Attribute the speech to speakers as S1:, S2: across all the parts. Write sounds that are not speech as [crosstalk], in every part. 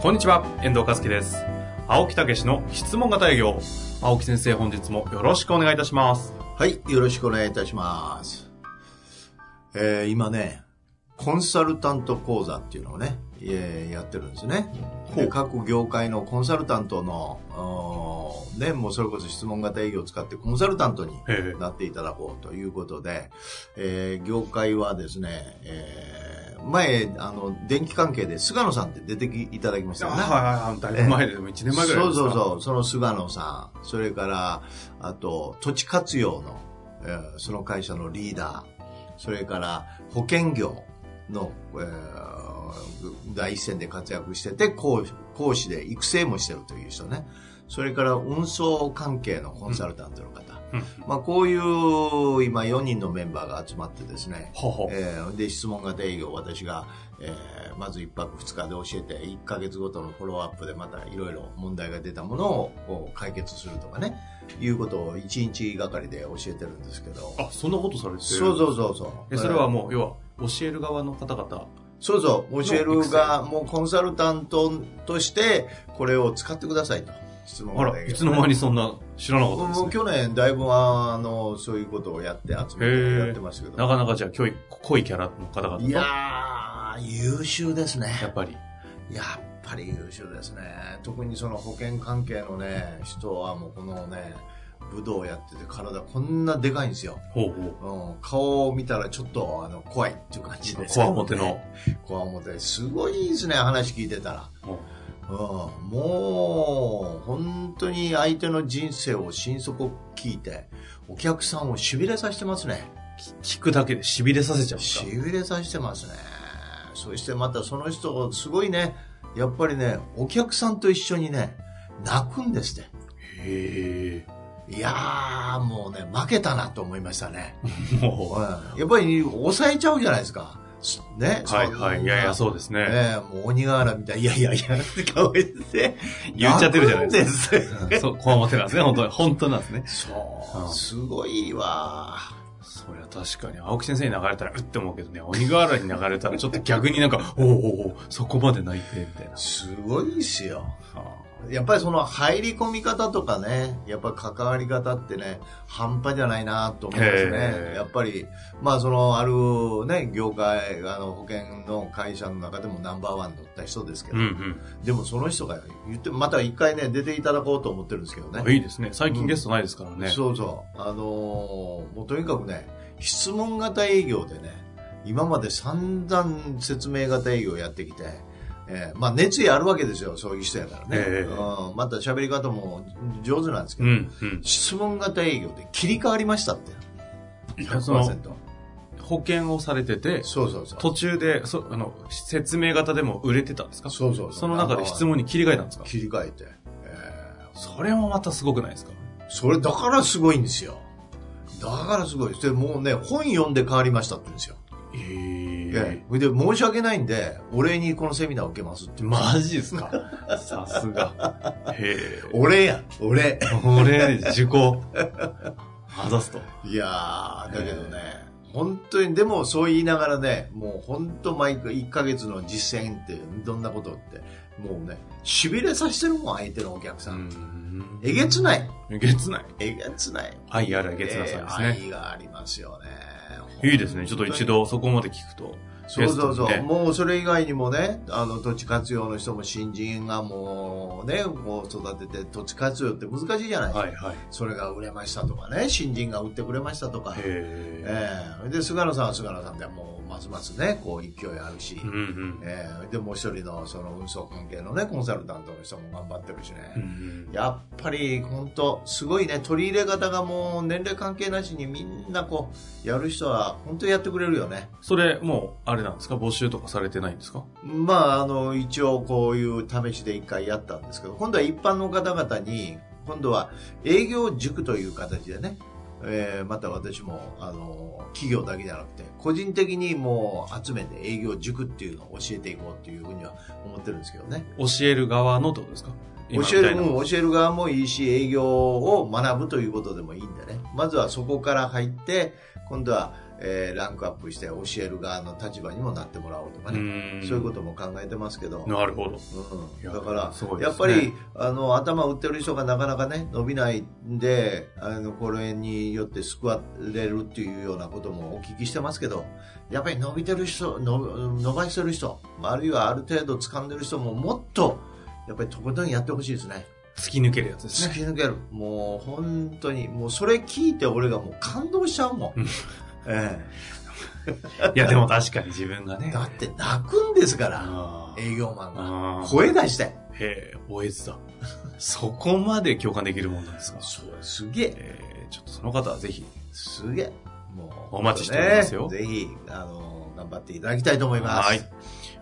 S1: こんにちは、遠藤和樹です。青木武の質問型営業。青木先生、本日もよろしくお願いいたします。
S2: はい、よろしくお願いいたします。えー今ね、コンサルタント講座っていうのをね、えーやってるんですね。
S1: ほう
S2: で各業界のコンサルタントの、おーね、もうそれこそ質問型営業を使ってコンサルタントに
S1: へえ
S2: なっていただこうということで、えー業界はですね、えー前、あの、電気関係で菅野さんって出てきいただきましたよね。
S1: はいはいはい、だいぶ前で、でも1年前ぐらい
S2: そ
S1: で
S2: う
S1: す
S2: そ
S1: か
S2: うそう、その菅野さん、それから、あと、土地活用の、えーその会社のリーダー、それから保険業の、えー第一線で活躍してて講、講師で育成もしてるという人ね。それから運送関係のコンサルタントの方。
S1: うん。
S2: まあ、こういう、今4人のメンバーが集まってですね、
S1: ほうほう。
S2: えーで質問型営業を私が、えーまず1泊2日で教えて1ヶ月ごとのフォローアップでまたいろいろ問題が出たものをこう解決するとかねいうことを1日がかりで教えてるんですけど
S1: あ、そんなことされてる
S2: そうそうそうそう
S1: え、それはもう、要は、教える側の方々。
S2: そうそう、教えるが、もうコンサルタントとして、これを使ってくださいと。質問
S1: あら、いつの間にそんな知らなかったで
S2: も
S1: す
S2: う
S1: ね。
S2: 去年、だいぶは、あの、そういうことをやって集め
S1: へえ
S2: てやってましたけ
S1: な
S2: ど。
S1: かなかじゃあ、今日、濃いキャラの方々と。
S2: いやー、優秀ですね。
S1: やっぱり。
S2: やっぱり優秀ですね。特にその保険関係のね、人はもうこのね、武道やってて体こんなでかいんですよ。
S1: ほうほう。
S2: うん、顔を見たらちょっとあの怖いっていう感じです、
S1: こわもて
S2: [laughs]
S1: の。。
S2: こわもて。すごいですね、話聞いてたら。うん、もう、本当に相手の人生を心底聞いて、お客さんを痺れさせてますね。
S1: 聞くだけで痺れさせちゃうんです
S2: し
S1: か。
S2: びれさせてますねそしてまたその人すごいねやっぱりねお客さんと一緒にね泣くんですって
S1: へ
S2: いやーもうね負けたなと思いました
S1: [laughs]
S2: ね、
S1: え。もう、
S2: うんやっぱり抑えちゃうじゃないですかすね
S1: はいはい。いやいや、
S2: う
S1: そうですね。
S2: ねもう鬼瓦みたいいやいやいやって顔して
S1: 言っちゃってるじゃないですか。
S2: すか
S1: そう、こわもてなんですね、本当に。本当なんですね。
S2: そう、
S1: うん
S2: すごいわ
S1: そりゃ確かに、青木先生に流れたら、うって思うけどね、鬼瓦に流れたら、ちょっと逆になんか、おうおうおうそこまで泣いて、みたいな。
S2: すごいですよ
S1: は
S2: やっぱりその入り込み方とかね、やっぱ関わり方ってね、半端じゃないなと思います
S1: へ
S2: ね
S1: ー。
S2: やっぱり、まあそのあるね、業界、あの保険の会社の中でもナンバーワンだった人ですけ
S1: あう
S2: ど、
S1: んうん。
S2: でもその人が言って、また一回ね、出ていただこうと思ってるんですけどね。
S1: あいいですね。最近ゲストないですからね。
S2: そうそう。あのーもうとにかくね、質問型営業でね、今まで散々説明型営業やってきて、えーまあ熱意あるわけですよ、そういう人やからね。
S1: ええ
S2: うん、また喋り方も上手なんですけ
S1: う
S2: ど、
S1: んうん。
S2: 質問型営業で切り替わりましたって。100%。
S1: その保険をされてて、
S2: そうそうそう。
S1: 途中で、そあの、説明型でも売れてたんですか
S2: そうそうそう
S1: その中で質問に切り替えたんですか
S2: 切り替えて。えー
S1: それもまたすごくないですか
S2: それだからすごいんですよ。だからすごい。で、もうね、本読んで変わりましたって言うんですよ。
S1: え
S2: え
S1: え。
S2: え、で申し訳ないんでお礼にこのセミナーを受けますって
S1: マジですかさすが。へえ。
S2: お礼やお礼
S1: 俺、受講。あざすと。
S2: [laughs] いやーだけどね本当にでもそう言いながらねもう本当毎回1ヶ月の実践ってどんなことってもうねしびれさせてるもん相手のお客さん、
S1: ん
S2: えげつない
S1: えげつない。
S2: えげつない
S1: 愛あるえげつなさです
S2: え
S1: ね。
S2: え愛がありますよね
S1: いいですね。ちょっと一度そこまで聞くと。
S2: そうそうそ
S1: ゲスト
S2: う。
S1: にね
S2: もうそれ以外にもね、あの、土地活用の人も新人がもうね、こう育てて、土地活用って難しいじゃないですか。
S1: はいはい。
S2: それが売れましたとかね、新人が売ってくれましたとか。
S1: へえ。
S2: ええで、菅野さんは菅野さんでもうますますね、こう勢いあるし。
S1: うんうん
S2: ええで、もう一人のその運送関係のね、コンサルタントの人も頑張ってるしね。
S1: うんうん。
S2: やっぱり本当すごいね取り入れ方がもう年齢関係なしにみんなこうやる人は本当やってくれるよね
S1: それ、もう、あれなんですか募集とかされてないんですか
S2: まあ、あの、一応こういう試しで一回やったんですけど、今度は一般の方々に、今度は営業塾という形でね、えーまた私も、あの、企業だけじゃなくて、個人的にもう集めて営業塾っていうのを教えていこうっていうふうには思ってるんですけどね。
S1: 教える側のってことですか今
S2: 教える、
S1: みたいな
S2: うん教える側もいいし、営業を学ぶということでもいいんでね。まずはそこから入って、今度は、えーランクアップして教える側の立場にもなってもらおうとか
S1: う
S2: ね。
S1: ーん
S2: そういうことも考えてますけど。
S1: なるほど。
S2: うん
S1: いや
S2: だから、
S1: すごいですね
S2: やっぱりあの頭打ってる人がなかなかね伸びないんであのこれによって救われるっていうようなこともお聞きしてますけどやっぱり伸びてる人の伸ばしてる人あるいはある程度掴んでる人ももっとやっぱりとことんやってほしいですね
S1: 突き抜けるやつです
S2: 突
S1: ね。
S2: き抜けるもう本当にもうそれ聞いて俺がもう感動しちゃうもん
S1: うん、
S2: え
S1: いや、でも確かに自分が
S2: え
S1: ね。
S2: だって泣くんですから
S1: あー
S2: 営業マンが
S1: あー
S2: 声出して
S1: へえ、おえずだ。そこまで共感できるもんなんですか。
S2: そうすげえ
S1: えーちょっとその方はぜひ。
S2: すげえ。もう。
S1: お待ちしておりますよ
S2: ねぜひ、あの、頑張っていただきたいと思います。
S1: はい。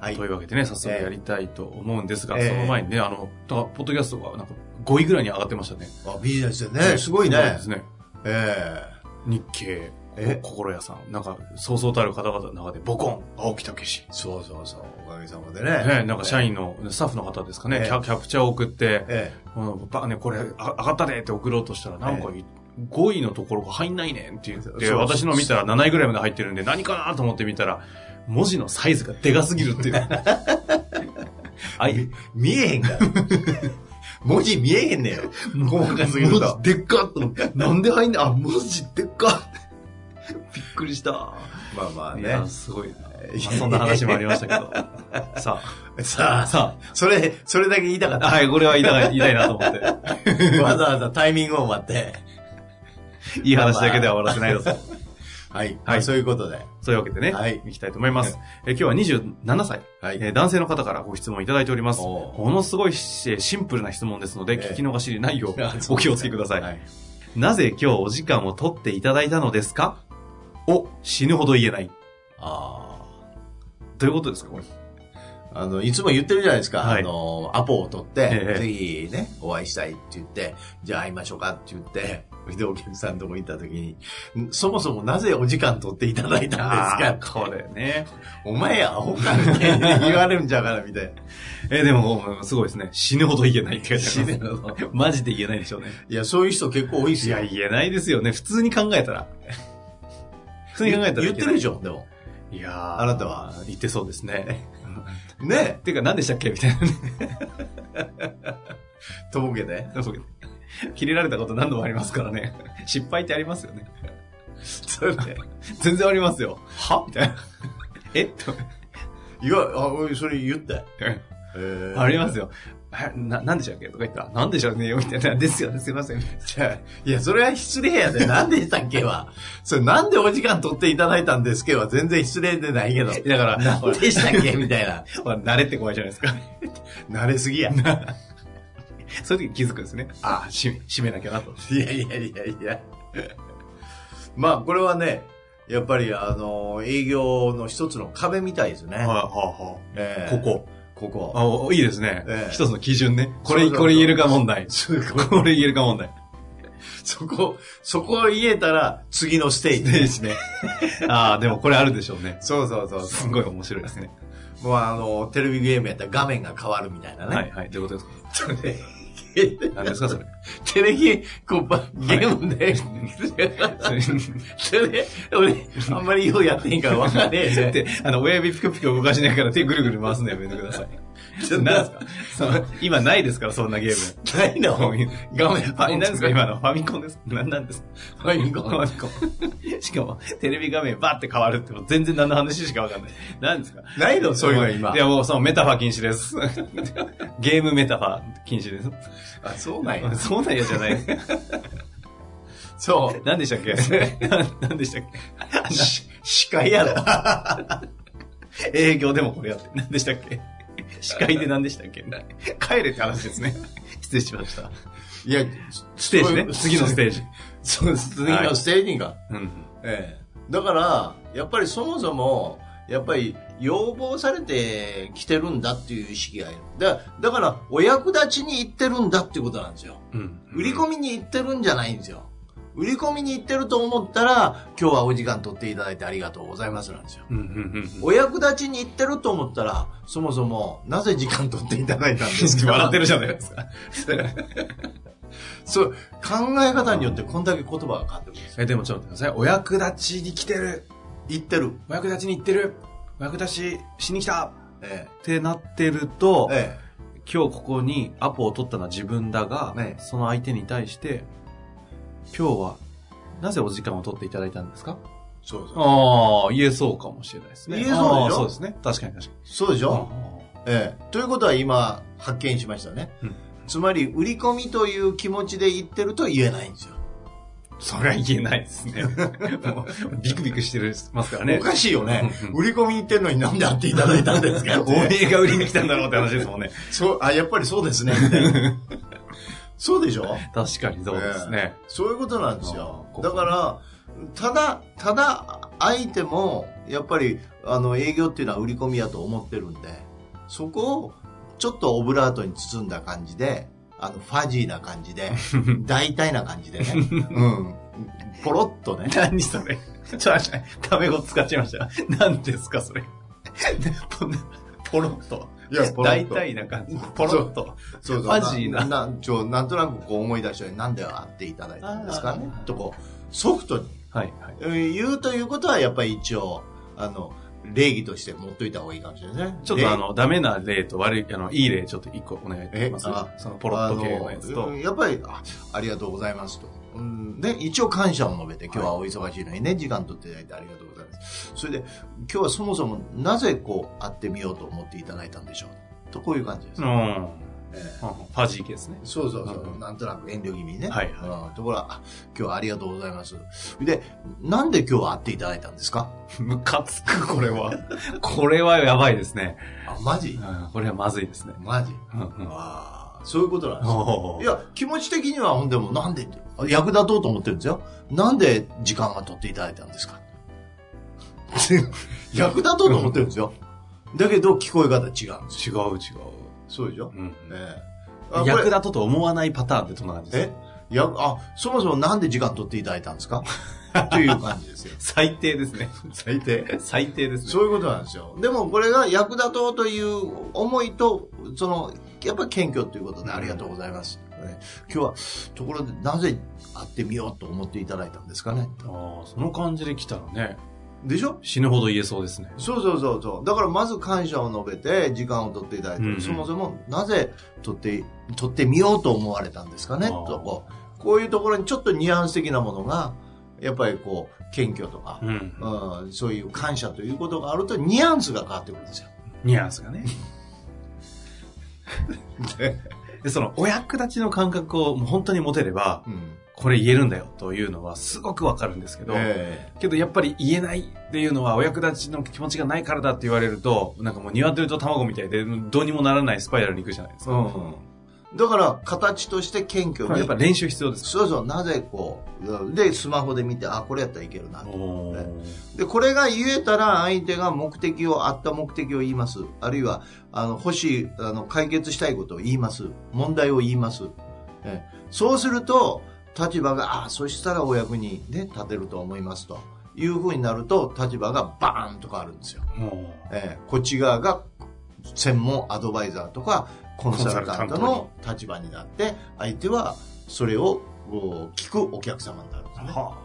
S2: はい
S1: というわけでね、早速やりたいと思うんですが、
S2: ええ
S1: その前にね、あの、だからポッドキャストがなんか5位ぐらいに上がってましたね。
S2: あ、ビジネスでね、すごい
S1: そう
S2: ね
S1: で。すね。
S2: え
S1: 日経
S2: え、
S1: 心屋さん、なんか、そうそうたる方々の中で、ボコン、青木武
S2: えそうそうそう。おかげさまで
S1: ね、
S2: ね。
S1: なんか社員の、スタッフの方ですか
S2: え
S1: ね、
S2: え
S1: キャキャプチャーを送って、
S2: え
S1: うんばね、これ、あ上がったねって送ろうとしたら、なんか、5位のところが入んないねんって言っ
S2: そう
S1: て、
S2: そう
S1: 私の見たら7位ぐらいまで入ってるんで、何かなと思って見たら、文字のサイズがでかすぎるって
S2: [laughs]
S1: いう。あい、
S2: 見えへん
S1: [laughs]
S2: から。文字見えへんねよ。細かすぎると。
S1: 文字でっかっと思って。
S2: なんで入んねあ、文字。
S1: でっかびっくりした。
S2: まあまあ
S1: い
S2: ね
S1: や、。すごいな。まあそんな話もありましたけ [laughs] ど。さ
S2: [laughs] さ
S1: あ、
S2: あ、
S1: さ
S2: それ、それだけ言いたかっ
S1: あ、はい、これは言いたい言いたいなと思って。 [laughs]
S2: た。わざわざタイミングを待って。
S1: いい話だけでは終わらせないぞと。
S2: はい。はい。そういうことで。
S1: そういうわけでね、
S2: はい
S1: 行きたいと思います。え今日は27歳、
S2: はい
S1: えー男性の方からご質問いただいております。
S2: おう
S1: ものすごいしえーシンプルな質問ですので、
S2: ええ
S1: 聞き逃しないよう
S2: あ [laughs] そうですね
S1: お気をつけください。
S2: はい。
S1: なぜ今日お時間を取っていただいたのですかを死ぬほど言えない。
S2: ああ。
S1: どういうことですかこれ。
S2: あの、いつも言ってるじゃないですか。
S1: はい
S2: あの、アポを取って、
S1: ええ
S2: ぜひね、お会いしたいって言って、じゃあ会いましょうかって言って、 [laughs] それでお客さんのとこ行った時に、んそもそもなぜお時間取っていただいたんですか
S1: あーこれね。
S2: お前アホかみたいな言われるんじゃうからみ
S1: [laughs]
S2: たいな。
S1: えーでも、すごいですね。死ぬほど言えないって書いてあります
S2: 死ぬほ
S1: マジで言えないでしょうね。
S2: いや、そういう人結構多いです
S1: い
S2: よ。
S1: や、言えないですよね。普通に考えたら。普通に考えたら
S2: 言
S1: 言
S2: っ
S1: っててる
S2: るで
S1: で
S2: し
S1: し
S2: ょ、でも。
S1: いやー
S2: あなたは
S1: 言ってそうですね。 [laughs]
S2: ね
S1: てか何でしたっけみたいな [laughs] ね。
S2: とぼけて。
S1: 切れられたこと何度もありますからね。失敗ってありますよね。
S2: そうね。
S1: 全然ありますよ。はみたいな。 [laughs] えっと、
S2: いや、あ、おいそれ言って。えー
S1: ありますよ。えな、なんでしたっけとか言ったら、なんでしたっけよみたいな。ですよね、すいません。
S2: いやいや、それは失礼やで。なんでしたっけは。それなんでお時間取っていただいたんですけどは全然失礼でないけど。
S1: だから、
S2: なんでしたっけみたいな。
S1: ほら慣れって怖いじゃないですか。 [laughs]
S2: 慣れすぎや。
S1: そういう時気づくんですね。ああ、締め、締めなきゃなと。
S2: いやいやいやいや。まあ、これはね、やっぱり、あの、営業の一つの壁みたいですね。
S1: は
S2: ええ
S1: こ。
S2: ここ。
S1: あ、おいいですね
S2: ええ
S1: 一つの基準ね。こ
S2: そう
S1: れ、
S2: そうそう
S1: これ言えるか問題。これ言えるか問題。
S2: そこ、そこを言えたら、次のステージ。
S1: ですね。ああ、でもこれあるでしょうね。
S2: そうそうそうそ
S1: すごい面白いですね。
S2: う。もうあの、テレビゲームやったら画面が変わるみたいなね。 [laughs]
S1: はい、はい。どういうことですか
S2: ちょっとね
S1: 何ですか、それ。
S2: テレビ、こう、ばゲームで、 [laughs] テレ、俺、あんまりようやってへんから分かれへんね。
S1: [laughs] で、あの、親指ピクピク動かしながら手ぐるぐる回すのやめてください。
S2: ちょっと
S1: 何ですかその今ないですから、そんなゲーム。
S2: ないの
S1: 画面、
S2: 画面パ
S1: 何ですか今のファミコンです。何なんですか
S2: ファミコン
S1: ファミコン [laughs] しかも、テレビ画面バーって変わるって、もう全然何の話しかわかんない。何ですか
S2: ないのそういうの今
S1: い。や、もう、そのメタファー禁止
S2: [laughs]
S1: です。ゲームメタファー禁止です。
S2: あ、そうなんや。
S1: そうなんやじゃない。
S2: [laughs] そう。
S1: 何でしたっけな [laughs] 何でしたっけ
S2: し司会やろ。
S1: [laughs] 営業でもこれやって。何でしたっけ司会で何でしたっけ帰れって話ですね。失礼しました。
S2: いや、
S1: ステージね。
S2: そう
S1: 次のステージ。
S2: そう、次のステージが。
S1: うん。
S2: ええ。だから、やっぱりそもそも、やっぱり要望されてきてるんだっていう意識がいる。だだから、お役立ちに行ってるんだっていうことなんですよ。
S1: うん。
S2: 売り込みに行ってるんじゃないんですよ。売り込みに行ってると思ったら、今日はお時間取っていただいてありがとうございますなんですよ。
S1: うんうんうん。
S2: お役立ちに行ってると思ったら、そもそも、なぜ時間取っていただいたんですか
S1: 笑ってるじゃないですか。
S2: [laughs] そう、考え方によってこんだけ言葉が変わってくるんですよ。
S1: え、でもちょっと待ってください。お役立ちに来てる。
S2: 言ってる。
S1: お役立ちに行ってる。お役立ちしに来た。
S2: え
S1: ってなってると
S2: え。、え
S1: 今日ここにアポを取ったのは自分だが、
S2: ね
S1: その相手に対して、今日は、なぜお時間を取っていただいたんですか
S2: え。そうそう。
S1: ああ、言えそうかもしれないですね。
S2: 言えそうでしょ
S1: あーそうですね。確かに確かに。
S2: そうでしょ、
S1: あ
S2: ええ。ということは今、発見しましたね。
S1: うん
S2: つまり、売り込みという気持ちで言ってると言えないんですよ。
S1: ーそれは言えないです [laughs] ね。もうビクビクしてますからね。
S2: おかしいよね
S1: うん。
S2: 売り込みに行ってるのになんで会っていただいたんですかっ
S1: [laughs]
S2: [laughs]
S1: おめ
S2: て。
S1: えが売りに来たんだろうって話ですもんね。
S2: そう、あ、やっぱりそうです [laughs] ね。みたいなそうでしょ
S1: 確かにそうですね。
S2: そういうことなんですよ
S1: あー。ここ
S2: だから、ただ、ただ、相手も、やっぱり、あの、営業っていうのは売り込みやと思ってるんで、そこを、ちょっとオブラートに包んだ感じで、あの、ファジーな感じ
S1: [laughs]
S2: で、大体な感じでね、うん。ポロッとね。
S1: 何それちょっと待って、タメ語使っちゃいました。何ですかそれ。ポポロッと。
S2: いやポロッ
S1: 大
S2: と
S1: 体な感じ。ポロッと。
S2: そうそう。
S1: ファジーな
S2: なちょなんとなくこう思い出して、なんで会っていただいたんですかね
S1: あー
S2: とこう、ソフトに
S1: はいはい。
S2: うん言うということは、やっぱり一応、あの、礼儀として持っといた方がいいかもしれないですね。
S1: ちょっとあの、ダメな例と悪い、あの、いい例ちょっと一個お願いできます
S2: えあ
S1: そのポロッと系のやつ
S2: あの
S1: と
S2: うん。やっぱりあ、ありがとうございますと。うん、で、一応感謝を述べて、今日はお忙しいのにね、時間取っていただいてありがとうございます。それで、今日はそもそもなぜこう、会ってみようと思っていただいたんでしょうと、こういう感じです。
S1: う
S2: え
S1: ん。
S2: え
S1: ファジー系ですね。
S2: そうそうそう、
S1: うん
S2: なんとなく遠慮気味にね。
S1: はいは
S2: うんところが、あ今日はありがとうございます。で、なんで今日は会っていただいたんですか
S1: ムカつく、これ
S2: [laughs]
S1: は。これはやばいですね。
S2: あ、マ
S1: う
S2: ジ
S1: んこれはまずいですね。
S2: マジ
S1: うんうん
S2: ああ、そういうことなんですよ
S1: おー
S2: いや、気持ち的には、ほんでも、なんで、役立とうと思ってるんですよ。なんで時間が取っていただいたんですか [laughs] 役立とうと思ってるんですよ。だけど、聞こえ方違うんですよ。
S1: 違う違う。
S2: そうでしょ、
S1: うん
S2: ねえあこれ
S1: 役立とうと思わないパターンってどんな感じです
S2: え
S1: か
S2: やあ、そもそもなんで時間取っていただいたんですか [laughs] という感
S1: [laughs]
S2: じですよ。
S1: 最低ですね。
S2: 最低。
S1: 最低ですね。
S2: そういうことなんですよ。でもこれが役立とうという思いと、その、やっぱ謙虚ということでありがとうございます。ね今日は、ところでなぜ会ってみようと思っていただいたんですかね。
S1: ああ、その感じで来たらね、
S2: でしょ
S1: 死ぬほど言えそうですね。
S2: そうそうそうそう。だからまず感謝を述べて、時間を取っていただいて、
S1: うんうん
S2: そもそもなぜ取って、取ってみようと思われたんですかね
S1: あー
S2: とこう、こういうところにちょっとニュアンス的なものが、やっぱりこう、謙虚とか、
S1: うん。
S2: うん、そういう感謝ということがあると、ニュアンスが変わってくるんですよ。
S1: ニュアンスがね。 [laughs] で、その、お役立ちの感覚をもう本当に持てれば、
S2: うん。
S1: これ言えるんだよというのはすごくわかるんですけど、
S2: ええ
S1: けどやっぱり言えないっていうのはお役立ちの気持ちがないからだって言われると、なんかもう鶏と卵みたいで、どうにもならないスパイラルに行くじゃないですか。
S2: うん、だから形として謙虚に
S1: やっぱ練習必要です。
S2: そうそうなぜこうでスマホで見てあこれやったらいけるな
S1: おー
S2: でこれが言えたら相手が目的をあった目的を言いますあるいはあの欲しいあの解決したいことを言います問題を言います、えそうすると立場があそしたらお役に、ね、立てると思いますというふうになると立場がバーンと変わるんですよ
S1: も
S2: えーこっち側が専門アドバイザーとかコンサルタントの立場になって相手はそれをこう聞くお客様になるんです
S1: う、
S2: ね、
S1: は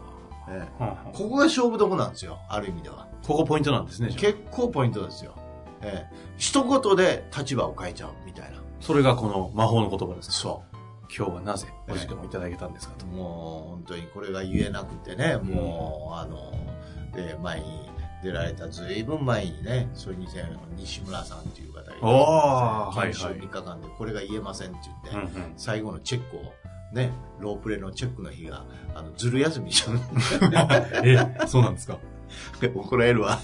S2: え
S1: あは
S2: ー
S1: あ
S2: ここが勝負どこなんですよある意味では
S1: ここポイントなんですね、じゃあ
S2: 結構ポイントですよ、えー一言で立場を変えちゃうみたいな
S1: それがこの魔法の言葉です。
S2: そ
S1: 今日はなぜお時間をいただけたんですかと
S2: う。もう本当にこれが言えなくてねもうあの、えー前に出られたずいぶん前にねそれにせの西村さんっていう方がいて
S1: あー
S2: 研修
S1: はいはい
S2: 3日間でこれが言えませんって言って、
S1: うんうん
S2: 最後のチェックをねロープレのチェックの日があのずる休みじゃん [laughs]
S1: え、そうなんですか
S2: 怒られるわ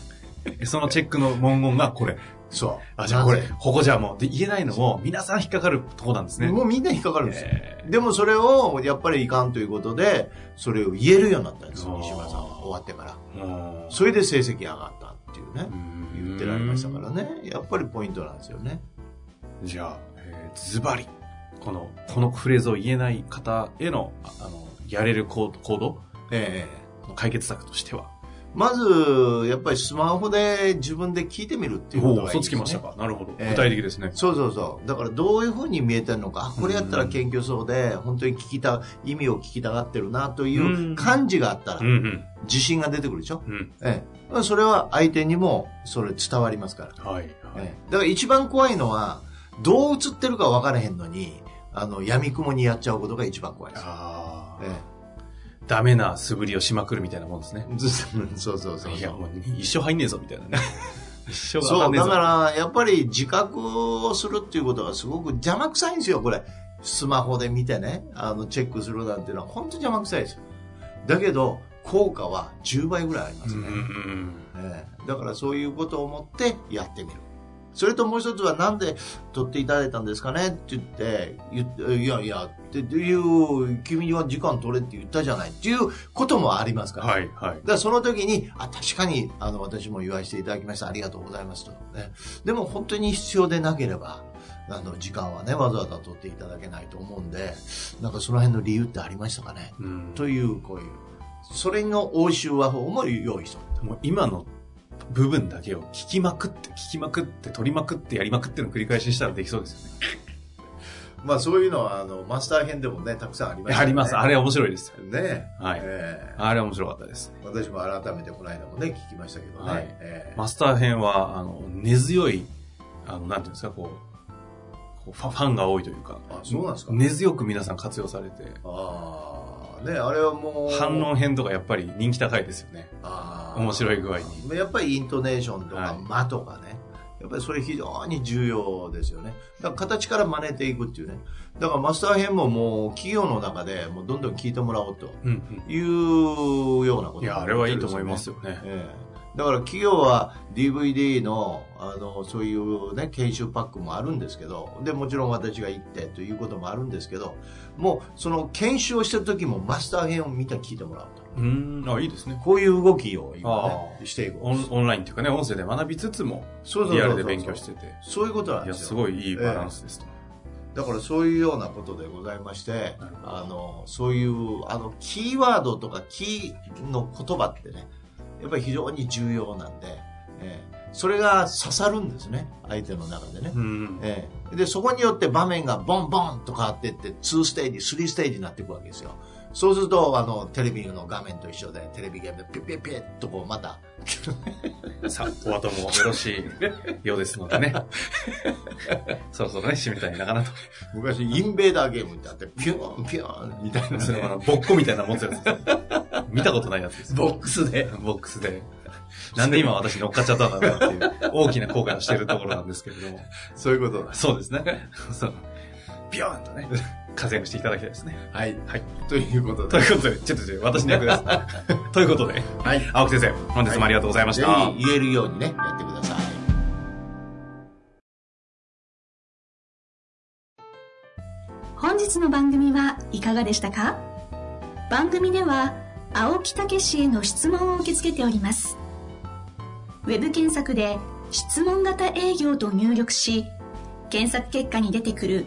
S1: えそのチェックの文言がこれ。
S2: そう
S1: あ、じゃあこれ
S2: なぜ、
S1: ここじゃあもう、で言えないのも、皆さん引っかかるとこなんですね。
S2: もうみんな引っかかるんですよ、
S1: え
S2: でもそれをやっぱりいかんということでそれを言えるようになったんです
S1: あー
S2: 西村さんは終わってから
S1: ーもう
S2: それで成績上がったっていうね
S1: うーん
S2: いうってられましたからね。やっぱりポイントなんですよね。
S1: じゃあ、えーズバリ、この、このフレーズを言えない方への、ああの、やれる行行動
S2: ええ
S1: の解決策としては。
S2: まず、やっぱりスマホで自分で聞いてみるっていうこ
S1: お
S2: と
S1: お
S2: がいい
S1: ー、
S2: で
S1: そつ
S2: す、ね。
S1: きましたか。なるほど。
S2: ええ
S1: 具体的ですね。
S2: そうそうそう。だからどういうふうに見えてるのか、あこれやったら謙虚そうで、本当に聞きた、意味を聞きたがってるなという感じがあった
S1: う
S2: ら、
S1: ん
S2: 自信が出てくるでしょ。
S1: うん。うん。
S2: ええ。それは相手にもそれ伝わりますから。
S1: はい。はい
S2: ええだから一番怖いのは、どう映ってるか分からへんのに、あの、闇雲にやっちゃうことが一番怖いです。
S1: ああ、
S2: え
S1: ダメな素振りをしまくるみたいなもんですね。
S2: え、ず [laughs] そうそうそう
S1: いや、もう一生入んねえぞ、みたいな [laughs] ね。一生が
S2: そう、
S1: ねえ
S2: だ
S1: ぞ。
S2: から、やっぱり自覚をするっていうことがすごく邪魔くさいんですよ、これ。スマホで見てね、あの、チェックするなんていうのは本当邪魔くさいですよ。だけど、効果は10倍ぐらいあります
S1: うん
S2: ね。
S1: うん
S2: ええだからそういうことを思ってやってみる。それともう一つは、なんで撮っていただいたんですかねって言って、言っていやいや、っていう、君には時間取れって言ったじゃないっていうこともあります
S1: うん
S2: から。
S1: はい、はい
S2: だ。からその時に、あ、確かに、あの、私も言わせていただきました。ありがとうございますと。ね。でも本当に必要でなければ、あの、時間はね、わざわざ取っていただけないと思うんで、なんかその辺の理由ってありましたかね
S1: うん
S2: という、こういう。それの応酬和法も用意しておいた。
S1: もう今の部分だけを聞きまくって、聞きまくって、取りまくって、やりまくっての繰り返ししたらできそうですよね。
S2: まあそういうのは、あの、マスター編でもね、たくさんありました
S1: あります。あれ面白いです。
S2: ね
S1: はい。
S2: え
S1: あれ面白かったです。
S2: え私も改めてこの間もね、聞きましたけどね。
S1: はい
S2: ええ
S1: マスター編は、あの、根強い、あの、なんていうんですか、こう、こうファファンが多いというか、
S2: あそうなんですか
S1: 根強く皆さん活用されて、
S2: ああ、ね、あれはもう。
S1: 反論編とかやっぱり人気高いですよね。
S2: あー
S1: 面白い具合に。
S2: やっぱりイントネーションと
S1: は
S2: か
S1: い
S2: 間とかね、やっぱりそれ非常に重要ですよねだから形から真似ていくっていうねだからマスター編ももう企業の中でもうどんどん聞いてもらおうと
S1: うんうん。
S2: いうようなこと
S1: いや、あれはいいと思いますよね。
S2: ええだから企業は DVD のあのそういう、ね、研修パックもあるんですけどでもちろん私が行ってということもあるんですけどもうその研修をしてる時もマスター編を見て聞いてもらうと
S1: うーん、あ、いいですね。
S2: こういう動きを今、
S1: あ
S2: ね、していこう
S1: オンオンラインっていうかね、音声で学びつつも、
S2: そうそうそうそう
S1: リアルで勉強してて。
S2: そういうことなん
S1: い
S2: で
S1: や、
S2: すよ
S1: すごいいいバランスですと。
S2: だからそういうようなことでございまして
S1: なるほど
S2: あのそういうあのキーワードとかキーの言葉ってねやっぱり非常に重要なんで、ええそれが刺さるんですね相手の中でね、
S1: うん。
S2: ええでそこによって場面がボンボンと変わっていって2ステージ3ステージになっていくわけですよそうするとあのテレビの画面と一緒でテレビゲームでピュッピュッピュッとこうまた
S1: さあ、お後もよろしいようですので
S2: [laughs]
S1: ね。そろそろね、締めたいなかなと。
S2: 昔インベーダーゲームってあってピューンピューンみた
S1: [laughs]
S2: いな
S1: それもあの、ボッコみたいなの持つやつです。見たことないやつです。
S2: ボックスで
S1: ボックスで。なんで今私乗っかっちゃったんだろうっていう、大きな後悔をしてるところなんですけれども。
S2: そういうことだ
S1: そうですね。そう。ビヨーンとね、活躍していただきたいですね。
S2: はい
S1: はい。
S2: ということ
S1: と
S2: で
S1: いうことで、ちょっとちょっと私の役です。ということで、
S2: はい
S1: 青木先生、本日もありがとうございまし
S2: ぜ
S1: た。
S2: ひ言えるようにねやってください
S3: 本日の番組はいかがでしたか番組では青木武氏への質問を受け付けておりますウェブ検索で「質問型営業」と入力し検索結果に出てくる